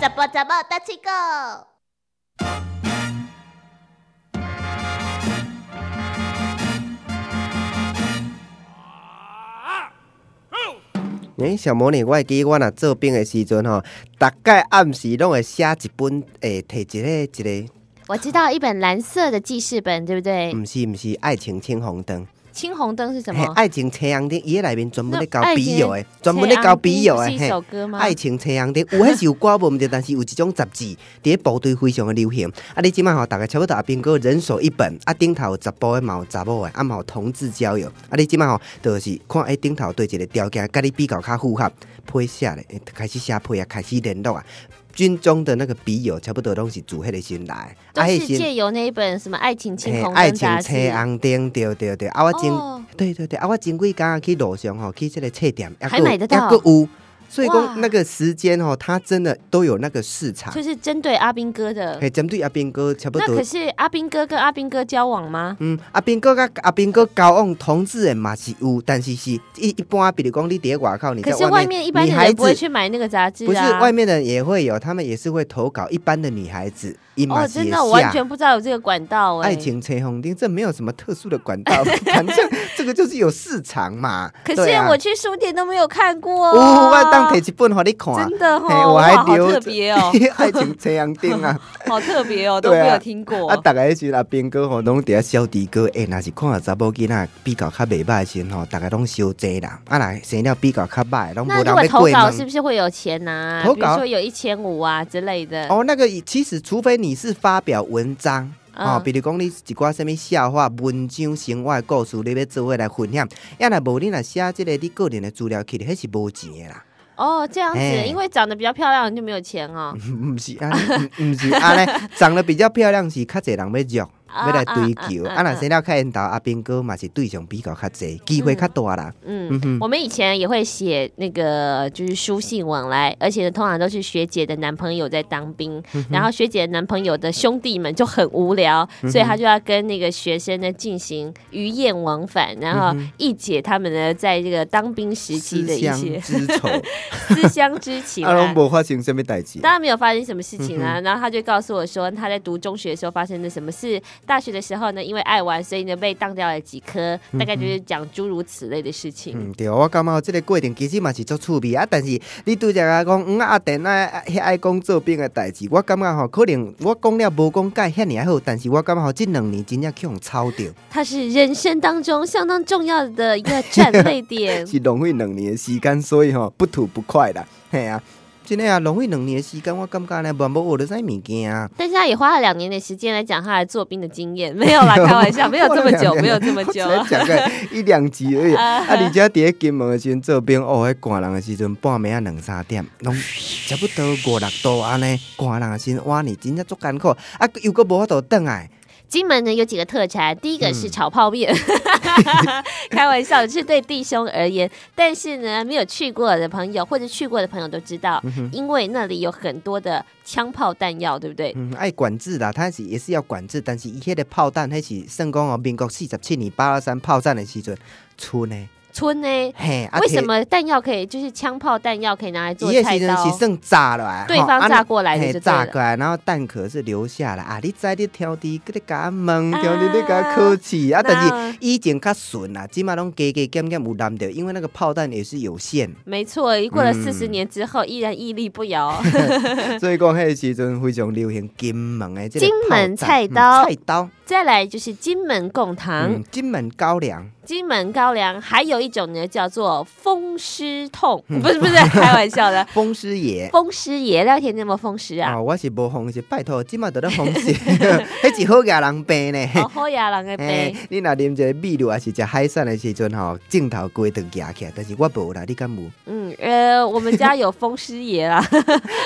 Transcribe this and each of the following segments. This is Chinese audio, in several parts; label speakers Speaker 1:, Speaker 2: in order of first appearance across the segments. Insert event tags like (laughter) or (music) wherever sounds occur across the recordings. Speaker 1: 怎么怎么大七狗？
Speaker 2: 诶、小魔女，我会记我若做兵的时阵吼，大概暗时拢会写一本，诶、摕一个一个，
Speaker 3: 我知道一本蓝色的记事本，对不对？
Speaker 2: 毋是毋是爱情青红灯，
Speaker 3: 青红灯是什
Speaker 2: 嗯嘿
Speaker 3: 么？
Speaker 2: 爱情青红灯，伊迄内面专门咧
Speaker 3: 那
Speaker 2: 交
Speaker 3: 爱
Speaker 2: 笔
Speaker 3: 情
Speaker 2: 友的，专门咧交笔友的，
Speaker 3: 是一首歌吗？
Speaker 2: 爱情青红灯，有迄是有歌 (laughs) 无毋对，但是有一种杂志，伫咧部队非常的流行。啊，你即摆吼，大概差不多阿兵哥人手一本，啊，顶头有查甫的，嘛有查某的，啊，嘛有同志交友。啊，你即摆吼，就是看诶顶头对一个条件，甲你比较较符合，配写咧，欸开始写配啊，开始联络啊。军中的那个笔友，差不多拢是自迄个先来的，
Speaker 3: 都
Speaker 2: 啊，
Speaker 3: 是
Speaker 2: 迄
Speaker 3: 借由那一本什么《爱情青
Speaker 2: 嘿
Speaker 3: 红
Speaker 2: 爱
Speaker 3: 灯
Speaker 2: 情
Speaker 3: 杂志
Speaker 2: 青》红灯，对对对，啊，我前
Speaker 3: 哦，
Speaker 2: 对对对，啊，我前几天去路上吼，去这个册店，还
Speaker 3: 还买得到
Speaker 2: 还有，所以
Speaker 3: 哇
Speaker 2: 讲那个时间吼，它真的都有那个市场
Speaker 3: 就。是针对阿兵哥的。
Speaker 2: 嘿，针对阿斌哥差不
Speaker 3: 那可
Speaker 2: 多，
Speaker 3: 是阿兵哥跟阿兵哥交往吗？
Speaker 2: 嗯，阿斌哥甲阿斌哥交往同志的嘛是有，但是是一一般，比如讲你伫外口，你在
Speaker 3: 可是外面一般
Speaker 2: 女
Speaker 3: 的
Speaker 2: 孩
Speaker 3: 人不会
Speaker 2: 子
Speaker 3: 去买那个杂志啊。
Speaker 2: 不是外面的人也会有，他们也是会投稿一般的女孩子，伊嘛
Speaker 3: 哦，
Speaker 2: 是
Speaker 3: 真
Speaker 2: 也
Speaker 3: 的，我完
Speaker 2: 下。
Speaker 3: 全不知道有这个管道哎。
Speaker 2: 爱。情吹红灯，这没有什么特殊的管道， (laughs) 反正这个就是有市场嘛。
Speaker 3: 可
Speaker 2: 对
Speaker 3: 是
Speaker 2: 啊
Speaker 3: 我去书店都没有看过。
Speaker 2: 有，我当摕一本互你看，啊
Speaker 3: 真的
Speaker 2: 嘿
Speaker 3: 哈，
Speaker 2: 我
Speaker 3: 哦哇
Speaker 2: 还
Speaker 3: 好
Speaker 2: 留
Speaker 3: 特
Speaker 2: 着 (laughs)
Speaker 3: 别哦，
Speaker 2: 爱情车红
Speaker 3: (laughs)
Speaker 2: 灯啊！
Speaker 3: 好特别哦，都
Speaker 2: (laughs) 对啊
Speaker 3: 没有听过
Speaker 2: 啊，。大家迄时阿兵哥吼，拢伫遐小弟哥，哎、若是看到查某囡仔比较较袂歹的时候吼，大家拢小济啦。啊，若生了比较较歹，拢无
Speaker 3: 那
Speaker 2: 人
Speaker 3: 如果
Speaker 2: 要
Speaker 3: 投
Speaker 2: 过
Speaker 3: 稿是不
Speaker 2: 门。
Speaker 3: 是会有钱拿、
Speaker 2: 投
Speaker 3: 比如
Speaker 2: 稿
Speaker 3: 说有一千五啊之类的。
Speaker 2: 哦，那个其实除非你是发表文章。哦
Speaker 3: 嗯，
Speaker 2: 比如讲你一寡什物笑话、文章、生活的故事，你要做伙来分享。要若无你若写即个你个人的资料去，迄是无钱的啦。
Speaker 3: 哦，这样子，
Speaker 2: 哎嗯
Speaker 3: 因为长得比较漂亮你就没有钱哦。
Speaker 2: 毋是安尼，毋毋是安尼，长得比较漂亮是较侪人要约。
Speaker 3: 啊
Speaker 2: 要来追求，
Speaker 3: 啊
Speaker 2: 啊，若生了较缘投，阿兵哥嘛是对象比较较侪，机会较大啦。
Speaker 3: 嗯
Speaker 2: 嗯，哼，
Speaker 3: 我们以前也会写那个就是书信往来，而且呢，通常都是学姐的男朋友在当兵，
Speaker 2: 嗯
Speaker 3: 然后学姐的男朋友的兄弟们就很无聊，
Speaker 2: 嗯
Speaker 3: 所以他就要跟那个学生呢进行鱼雁往返，然后一解他们呢在这个当兵时期的
Speaker 2: 嗯思
Speaker 3: 一
Speaker 2: 乡
Speaker 3: 些
Speaker 2: 之愁，
Speaker 3: 思乡之情
Speaker 2: (laughs) 啊，
Speaker 3: 啊
Speaker 2: 拢。无发生什么代志。
Speaker 3: 当然没有发生什么事情
Speaker 2: 嗯
Speaker 3: 啊，然后他就告诉我说，他在读中学的时候发生的什么事。大学的时候呢，因为爱玩，所以呢被当掉了几科，大概就是讲诸如此类的事情。
Speaker 2: 嗯，对，我感觉即个过程其实嘛是足趣味啊，但是你拄则啊讲，嗯啊，电啊，遐爱讲做兵的代志，我感觉吼，可能我讲了无讲解遐尔好，但是我感觉吼，即两年真正去互抄着，。
Speaker 3: 它是人生当中相当重要的一个转泪点
Speaker 2: (laughs) 是浪费两年的时间，所以吼不吐不快啦，嘿啊，真的啊，浪费两年的时间，我感觉呢，万无学着啥物件啊。
Speaker 3: 但是他也花了两年的时间来讲他来做兵的经验，没有啦，啊开玩笑，没
Speaker 2: (laughs)
Speaker 3: 有这么久，没有这么久
Speaker 2: 我
Speaker 3: 啊。
Speaker 2: 只讲个一两
Speaker 3: (laughs)
Speaker 2: 集而已。啊，而且伫咧金门的时阵做兵，哦，迄寒人的时阵半暝啊两三点，拢差不多五六度安尼，寒人的时阵，哇，你真正足艰苦，啊，又个无法度转来。
Speaker 3: 金门呢有几个特产，第一
Speaker 2: 嗯
Speaker 3: 个是炒泡面， (laughs) 开玩笑是对弟兄而言，但是呢没有去过的朋友或者去过的朋友都知
Speaker 2: 嗯
Speaker 3: 道，因为那里有很多的枪炮弹药，对不对？
Speaker 2: 嗯，爱管制啦，它是也是要管制，但是伊迄个炮弹，迄是算讲哦，民国四十七年八二三炮战的时阵出呢，
Speaker 3: 村呢，
Speaker 2: 嘿，啊
Speaker 3: 为什？么弹药可以就是枪炮弹药可以拿来
Speaker 2: 摕
Speaker 3: 做
Speaker 2: 伊迄
Speaker 3: 菜
Speaker 2: 时阵
Speaker 3: 刀？
Speaker 2: 是算炸落来，
Speaker 3: 对
Speaker 2: 吼
Speaker 3: 方
Speaker 2: 啊
Speaker 3: 炸过来的
Speaker 2: 嘿
Speaker 3: 就对
Speaker 2: 炸
Speaker 3: 了。
Speaker 2: 过来，然后蛋壳是留下来啊！你知你挑剔，你咧甲我问，
Speaker 3: 啊
Speaker 2: 挑剔你甲我考试啊！但
Speaker 3: 那
Speaker 2: 是以前较顺啦，即马拢加加减减有难着，因为那个炮弹也是有
Speaker 3: (laughs)
Speaker 2: 限，
Speaker 3: 没错，过了
Speaker 2: 嗯
Speaker 3: 四十年之后，依然屹立不摇。 (laughs)
Speaker 2: 所以讲迄个时阵非常流行金门的这个
Speaker 3: 金门
Speaker 2: 炮弹
Speaker 3: 菜刀
Speaker 2: 嗯菜刀，
Speaker 3: 再来就是金门贡糖、
Speaker 2: 嗯，金门高粱，
Speaker 3: 金门高粱，还有一种呢叫做风湿痛，
Speaker 2: 嗯
Speaker 3: 不是不是开玩笑
Speaker 2: (laughs)
Speaker 3: 的，
Speaker 2: 风师爷。
Speaker 3: 风湿爷廖天那么风湿啊？
Speaker 2: 哦，我是无风湿，拜托，即马在咧风湿， (laughs) 迄是好牙人
Speaker 3: (laughs)
Speaker 2: 病呢。
Speaker 3: 哦，好呀，人的
Speaker 2: 嘿
Speaker 3: 杯，
Speaker 2: 你若啉一个米露，还是食海产的时阵吼，镜头规定举起来，但是我无啦，你敢无？
Speaker 3: 嗯呃，我们家有风湿爷
Speaker 2: (laughs)
Speaker 3: 啦，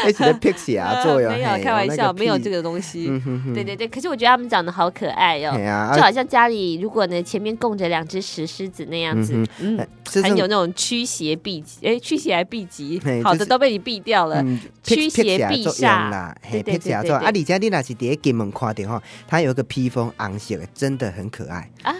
Speaker 2: 一起在 p i x 啊作用。
Speaker 3: 没有 (laughs)
Speaker 2: 嘿
Speaker 3: 开玩笑，没有
Speaker 2: 哦那个
Speaker 3: 这个东西。
Speaker 2: 屁嗯哼哼
Speaker 3: 对对对，可是我觉得他们长得好可爱哦
Speaker 2: 嘿。啊，
Speaker 3: 就
Speaker 2: 啊
Speaker 3: 好像家里如果呢前面供着两只石狮子那样子，嗯，
Speaker 2: 哎这
Speaker 3: 很有
Speaker 2: 种
Speaker 3: 那种驱邪避吉，哎，驱邪还避吉
Speaker 2: 嘿，
Speaker 3: 好
Speaker 2: 就
Speaker 3: 的
Speaker 2: 是
Speaker 3: 都被你避掉了。
Speaker 2: 嗯
Speaker 3: 驱邪
Speaker 2: 辟邪
Speaker 3: 避
Speaker 2: 作
Speaker 3: 煞
Speaker 2: 用啦，
Speaker 3: 对
Speaker 2: 嘿，
Speaker 3: 对
Speaker 2: 辟
Speaker 3: 对
Speaker 2: 邪
Speaker 3: 对
Speaker 2: 作用。啊，而
Speaker 3: 对
Speaker 2: 且你若是伫金门看着吼，它有一个披风红色的，真的很可爱
Speaker 3: 啊，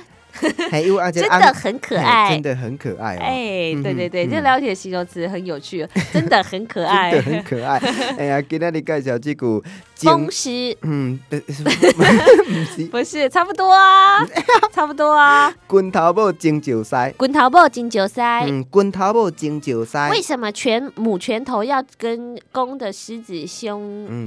Speaker 2: 嘿，因为啊，这
Speaker 3: 真 (laughs)
Speaker 2: 个
Speaker 3: 的
Speaker 2: 红
Speaker 3: 很可
Speaker 2: 嘿
Speaker 3: 爱
Speaker 2: 真。的很可爱哦。
Speaker 3: 哎，对对对，
Speaker 2: 嗯
Speaker 3: 这了解形容词很有趣哦， (laughs) 真的很可
Speaker 2: (laughs) 真
Speaker 3: 爱
Speaker 2: 的。很可爱，哎呀，今天你介绍
Speaker 3: (laughs)
Speaker 2: 这句
Speaker 3: 风湿
Speaker 2: 嗯，不是，不是，
Speaker 3: 不是差不多
Speaker 2: (laughs)
Speaker 3: 啊，差不多啊。
Speaker 2: 滚头某蒸酒塞，
Speaker 3: 滚头抱金九塞，
Speaker 2: 嗯，哎滚头某蒸酒塞，
Speaker 3: 哎为什么拳母拳头要跟公的狮子
Speaker 2: 嗯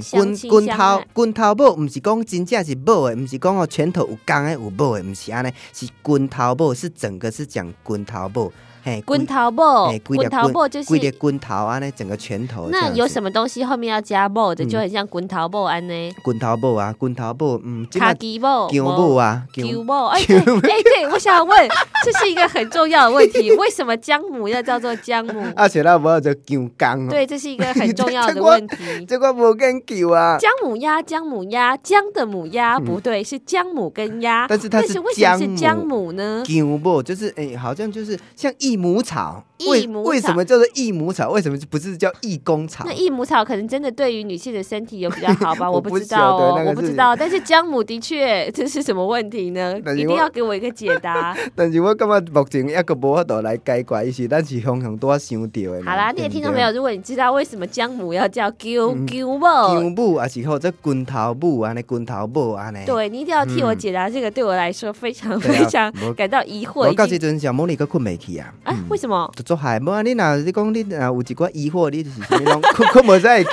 Speaker 3: 相，相
Speaker 2: 滚
Speaker 3: 亲
Speaker 2: 滚
Speaker 3: 相
Speaker 2: 头
Speaker 3: 爱？
Speaker 2: 滚头某，毋是讲真正是某的，毋是讲哦拳头有公的有某的，毋是安尼，是滚头某，是整个是讲滚头某，嘿，
Speaker 3: 滚头抱
Speaker 2: 嘿，几
Speaker 3: 滚
Speaker 2: 粒
Speaker 3: 头抱就
Speaker 2: 龟的
Speaker 3: 是
Speaker 2: 滚头安尼，整个拳头这样
Speaker 3: 那
Speaker 2: 子。
Speaker 3: 有什么东西后面要加抱的，
Speaker 2: 嗯
Speaker 3: 就很像滚头抱安呢？
Speaker 2: 滚头某啊，滚头某，嗯，这
Speaker 3: 卡
Speaker 2: 嘛
Speaker 3: 基抱，
Speaker 2: 姜母啊，姜
Speaker 3: 姜
Speaker 2: (laughs)
Speaker 3: 母，哎对，哎对，我想问，这是一个很重要的问题，为什么姜母要叫做姜母？
Speaker 2: 啊，写到无就姜公哦。，
Speaker 3: 对，这是一个很重要
Speaker 2: (laughs) 这
Speaker 3: 的
Speaker 2: 我
Speaker 3: 问题。
Speaker 2: 这个无研究啊。
Speaker 3: 姜母鸭，姜母鸭，姜的母鸭不对，是姜母跟鸭。
Speaker 2: 嗯但是它是
Speaker 3: 为什么啊是
Speaker 2: 姜
Speaker 3: 姜
Speaker 2: 母
Speaker 3: 母呢？ (laughs)
Speaker 2: 姜母就是哎、好像就是像益母草，为
Speaker 3: 益母草
Speaker 2: 为什么叫做益母草？为什么不是叫益公草
Speaker 3: 那？益母草可能真的对于女性的身体有比较好吧，
Speaker 2: (laughs) 我
Speaker 3: 我
Speaker 2: 不
Speaker 3: 不知道
Speaker 2: 晓得
Speaker 3: 哦，
Speaker 2: 那个
Speaker 3: 我不
Speaker 2: 是
Speaker 3: 知道。但是姜母的确，这是什么问题呢？
Speaker 2: 但是
Speaker 3: 一定
Speaker 2: 我
Speaker 3: 要给我一个解
Speaker 2: (laughs)
Speaker 3: 答。
Speaker 2: (laughs) 但是我感觉目前抑个无法度来解决，伊是咱是方向多想到的嘛。
Speaker 3: 好啦，你
Speaker 2: 对
Speaker 3: 也
Speaker 2: 不
Speaker 3: 听
Speaker 2: 对
Speaker 3: 到没有？？如果你知道为什么姜母要叫
Speaker 2: 嗯
Speaker 3: “giu giu 母
Speaker 2: 姜母也是或者滚头母安尼，滚头母安尼。，
Speaker 3: 对你一定要替我
Speaker 2: 嗯
Speaker 3: 解答这个，对我来说非常
Speaker 2: 对
Speaker 3: 非
Speaker 2: 啊
Speaker 3: 常
Speaker 2: 我
Speaker 3: 感到疑惑。
Speaker 2: 我
Speaker 3: 已
Speaker 2: 到即
Speaker 3: 经
Speaker 2: 阵小莫你个困袂去啊。
Speaker 3: (laughs) 啊，为什么？
Speaker 2: 就做害，无啊！你若你讲你若有一寡疑惑，你就是啥物
Speaker 3: (laughs)
Speaker 2: 拢困困无再去。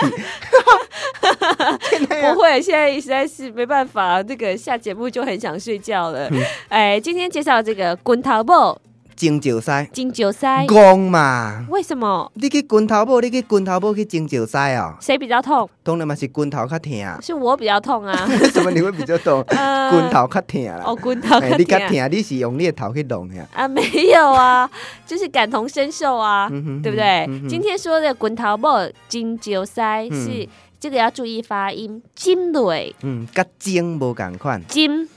Speaker 2: 真的啊
Speaker 3: 不会，现在实在是没办法，那个下节目就很想睡觉了。
Speaker 2: 嗯
Speaker 3: 哎，今天介绍这个滚头布
Speaker 2: 蒸酒塞，
Speaker 3: 金九塞，
Speaker 2: 戆嘛！
Speaker 3: 为什么？
Speaker 2: 你去滚头某，你去滚头某去蒸酒塞哦，
Speaker 3: 谁比较痛？
Speaker 2: 当然嘛是滚头较疼啊。
Speaker 3: 是我比较痛
Speaker 2: (laughs)
Speaker 3: 啊。
Speaker 2: 为什么你会比较懂？
Speaker 3: (laughs) 呃
Speaker 2: 滚头较疼啦
Speaker 3: 哦，。滚头
Speaker 2: 嘿
Speaker 3: 更
Speaker 2: 你较啊
Speaker 3: 痛
Speaker 2: 疼，你是用你的头去弄呀。
Speaker 3: 啊？没有啊，就是感同身受啊，
Speaker 2: 嗯哼
Speaker 3: 对不对？
Speaker 2: 嗯哼
Speaker 3: 今天说的滚头布金九塞
Speaker 2: 嗯
Speaker 3: 是、这个要注意发音，金蕊
Speaker 2: 嗯，甲蒸无共款，
Speaker 3: 金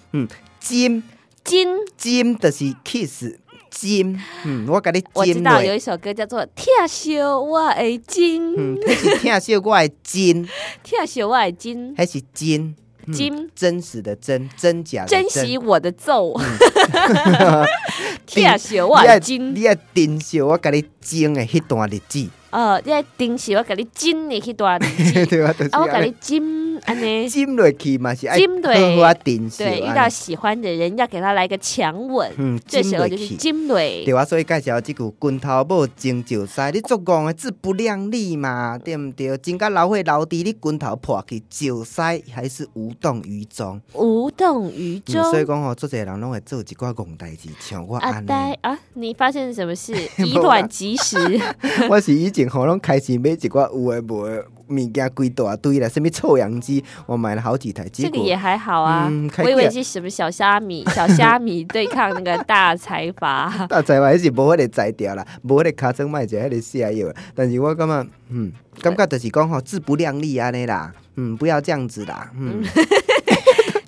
Speaker 2: 蒸
Speaker 3: 金。
Speaker 2: 蒸就是 kiss 蒸。嗯，我甲你
Speaker 3: 我知
Speaker 2: 蒸
Speaker 3: 道
Speaker 2: 落。
Speaker 3: 有一首歌叫做《疼惜我的金》，
Speaker 2: 嗯，迄是疼惜我的 (laughs) 真，
Speaker 3: 疼惜我的金，
Speaker 2: 迄是真。嗯
Speaker 3: 金
Speaker 2: 真实的真，真假的
Speaker 3: 珍
Speaker 2: 真
Speaker 3: 惜我的揍， (laughs) 疼惜我
Speaker 2: 你要
Speaker 3: 的金，
Speaker 2: 嗯你要珍惜我甲你种的迄段日子，
Speaker 3: 呃，你要珍惜我给你金的那段日子，
Speaker 2: (laughs) 对吧？就是
Speaker 3: 啊，我给
Speaker 2: 安尼
Speaker 3: 你金安尼，
Speaker 2: 种落去嘛是爱
Speaker 3: 种落
Speaker 2: 好好啊珍惜。
Speaker 3: 对，
Speaker 2: 安尼
Speaker 3: 遇到喜欢的人要给他来个强吻，
Speaker 2: 嗯，
Speaker 3: 这
Speaker 2: 种
Speaker 3: 时
Speaker 2: 落
Speaker 3: 候就是
Speaker 2: 去。
Speaker 3: 金蕊
Speaker 2: 对。啊，所以介绍即句“拳头某蒸酒塞”，你足戆的自不量力嘛，对毋对？真甲老火老弟，你拳头破去，酒塞还是无动于衷。
Speaker 3: 无动于
Speaker 2: 嗯
Speaker 3: 衷。啊
Speaker 2: 所以讲吼，足侪人拢会做一寡戆代志，像我
Speaker 3: 阿
Speaker 2: 安尼。
Speaker 3: 呆啊，你发现什么事？以卵击石，
Speaker 2: (laughs) 我是以前吼拢开始买一寡有诶无诶物件，规大堆啦，什物臭氧机，我买了好几台，结
Speaker 3: 这个
Speaker 2: 果
Speaker 3: 也还好啊
Speaker 2: 嗯。开
Speaker 3: 我以为
Speaker 2: 价。
Speaker 3: 是什么小虾米，小虾米对抗那个大财阀
Speaker 2: 大财嘛，迄是无迄个材料啦，无迄个尻川卖者迄个泻药啦。但是我感觉，嗯，感觉就是讲吼，自不量力安尼啦，嗯，不要这样子啦，嗯，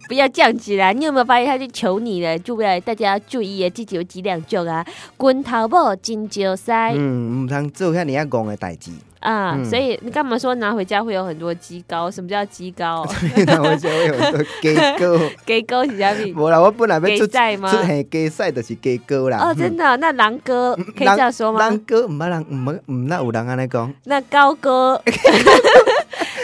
Speaker 3: 不要这样子啦！你有没有发现他是求你了？诸位大家要注意啊，自己有几两重啊，滚头某金酒塞
Speaker 2: 嗯，毋通做遐尼啊戆诶代志。 (laughs)
Speaker 3: 啊！
Speaker 2: 嗯
Speaker 3: 所以你干嘛说拿回家会有很多鸡膏？什么叫鸡
Speaker 2: (laughs)
Speaker 3: 膏？
Speaker 2: 那我就会有很多结果。
Speaker 3: (laughs) 给膏是虾米？
Speaker 2: 无啦，我本来要出
Speaker 3: 鸡赛吗
Speaker 2: 出嘿鸡赛，就是鸡哥啦。
Speaker 3: 哦，真
Speaker 2: 嗯。
Speaker 3: 的哦、那狼哥可以
Speaker 2: 人
Speaker 3: 这样说吗
Speaker 2: 人？哥毋捌人，毋捌毋捌有人安尼讲。
Speaker 3: 那高歌， (laughs)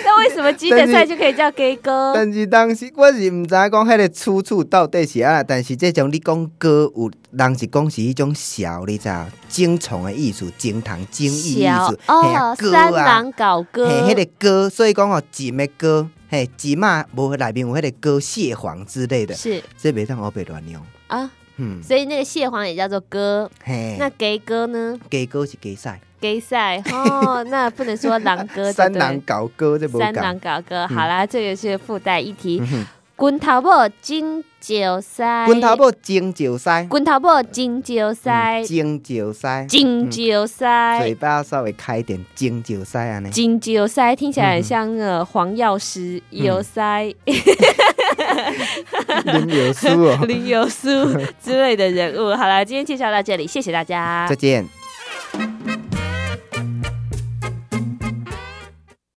Speaker 3: 那为什么基本赛就可以叫 gay 歌？
Speaker 2: 但是当时我是毋知讲迄个出处到底是安，但是这种你讲歌有人是讲是迄种笑，你知道？精虫的意思，精虫精益意
Speaker 3: 小
Speaker 2: 思，嘿啊
Speaker 3: 哦，
Speaker 2: 歌
Speaker 3: 三
Speaker 2: 啊，
Speaker 3: 郎搞
Speaker 2: 嘿，
Speaker 3: 歌，
Speaker 2: 迄个歌，所以讲哦，金的歌，嘿，金嘛无内面有迄个歌蟹黄之类的，
Speaker 3: 是
Speaker 2: 这袂当我白乱用，
Speaker 3: 啊，
Speaker 2: 嗯，
Speaker 3: 所以那个蟹黄也叫做歌。
Speaker 2: 嘿，
Speaker 3: 那 gay 歌呢
Speaker 2: 鸡歌是鸡赛，
Speaker 3: ？gay
Speaker 2: (laughs)
Speaker 3: 赛哦，那不能说狼歌，对
Speaker 2: 三
Speaker 3: 不对
Speaker 2: 人搞歌这无
Speaker 3: 三
Speaker 2: 讲
Speaker 3: 郎，搞歌。好啦，这个是附带一题
Speaker 2: 嗯。哼
Speaker 3: 滚头某金酒塞，
Speaker 2: 滚头，要蒸酒塞，
Speaker 3: 滚头某金酒塞
Speaker 2: 嗯，蒸酒塞，
Speaker 3: 金酒
Speaker 2: 嘴
Speaker 3: 塞，
Speaker 2: 巴稍微开一点，蒸酒塞安尼。
Speaker 3: 金酒塞，听起来
Speaker 2: 嗯 (laughs)
Speaker 3: 很像呃黄药师
Speaker 2: 嗯
Speaker 3: 油塞。
Speaker 2: 林有书哦，
Speaker 3: (laughs) 林有书之类的人物。好了，今天介绍到这里，谢谢大家，
Speaker 2: 再见。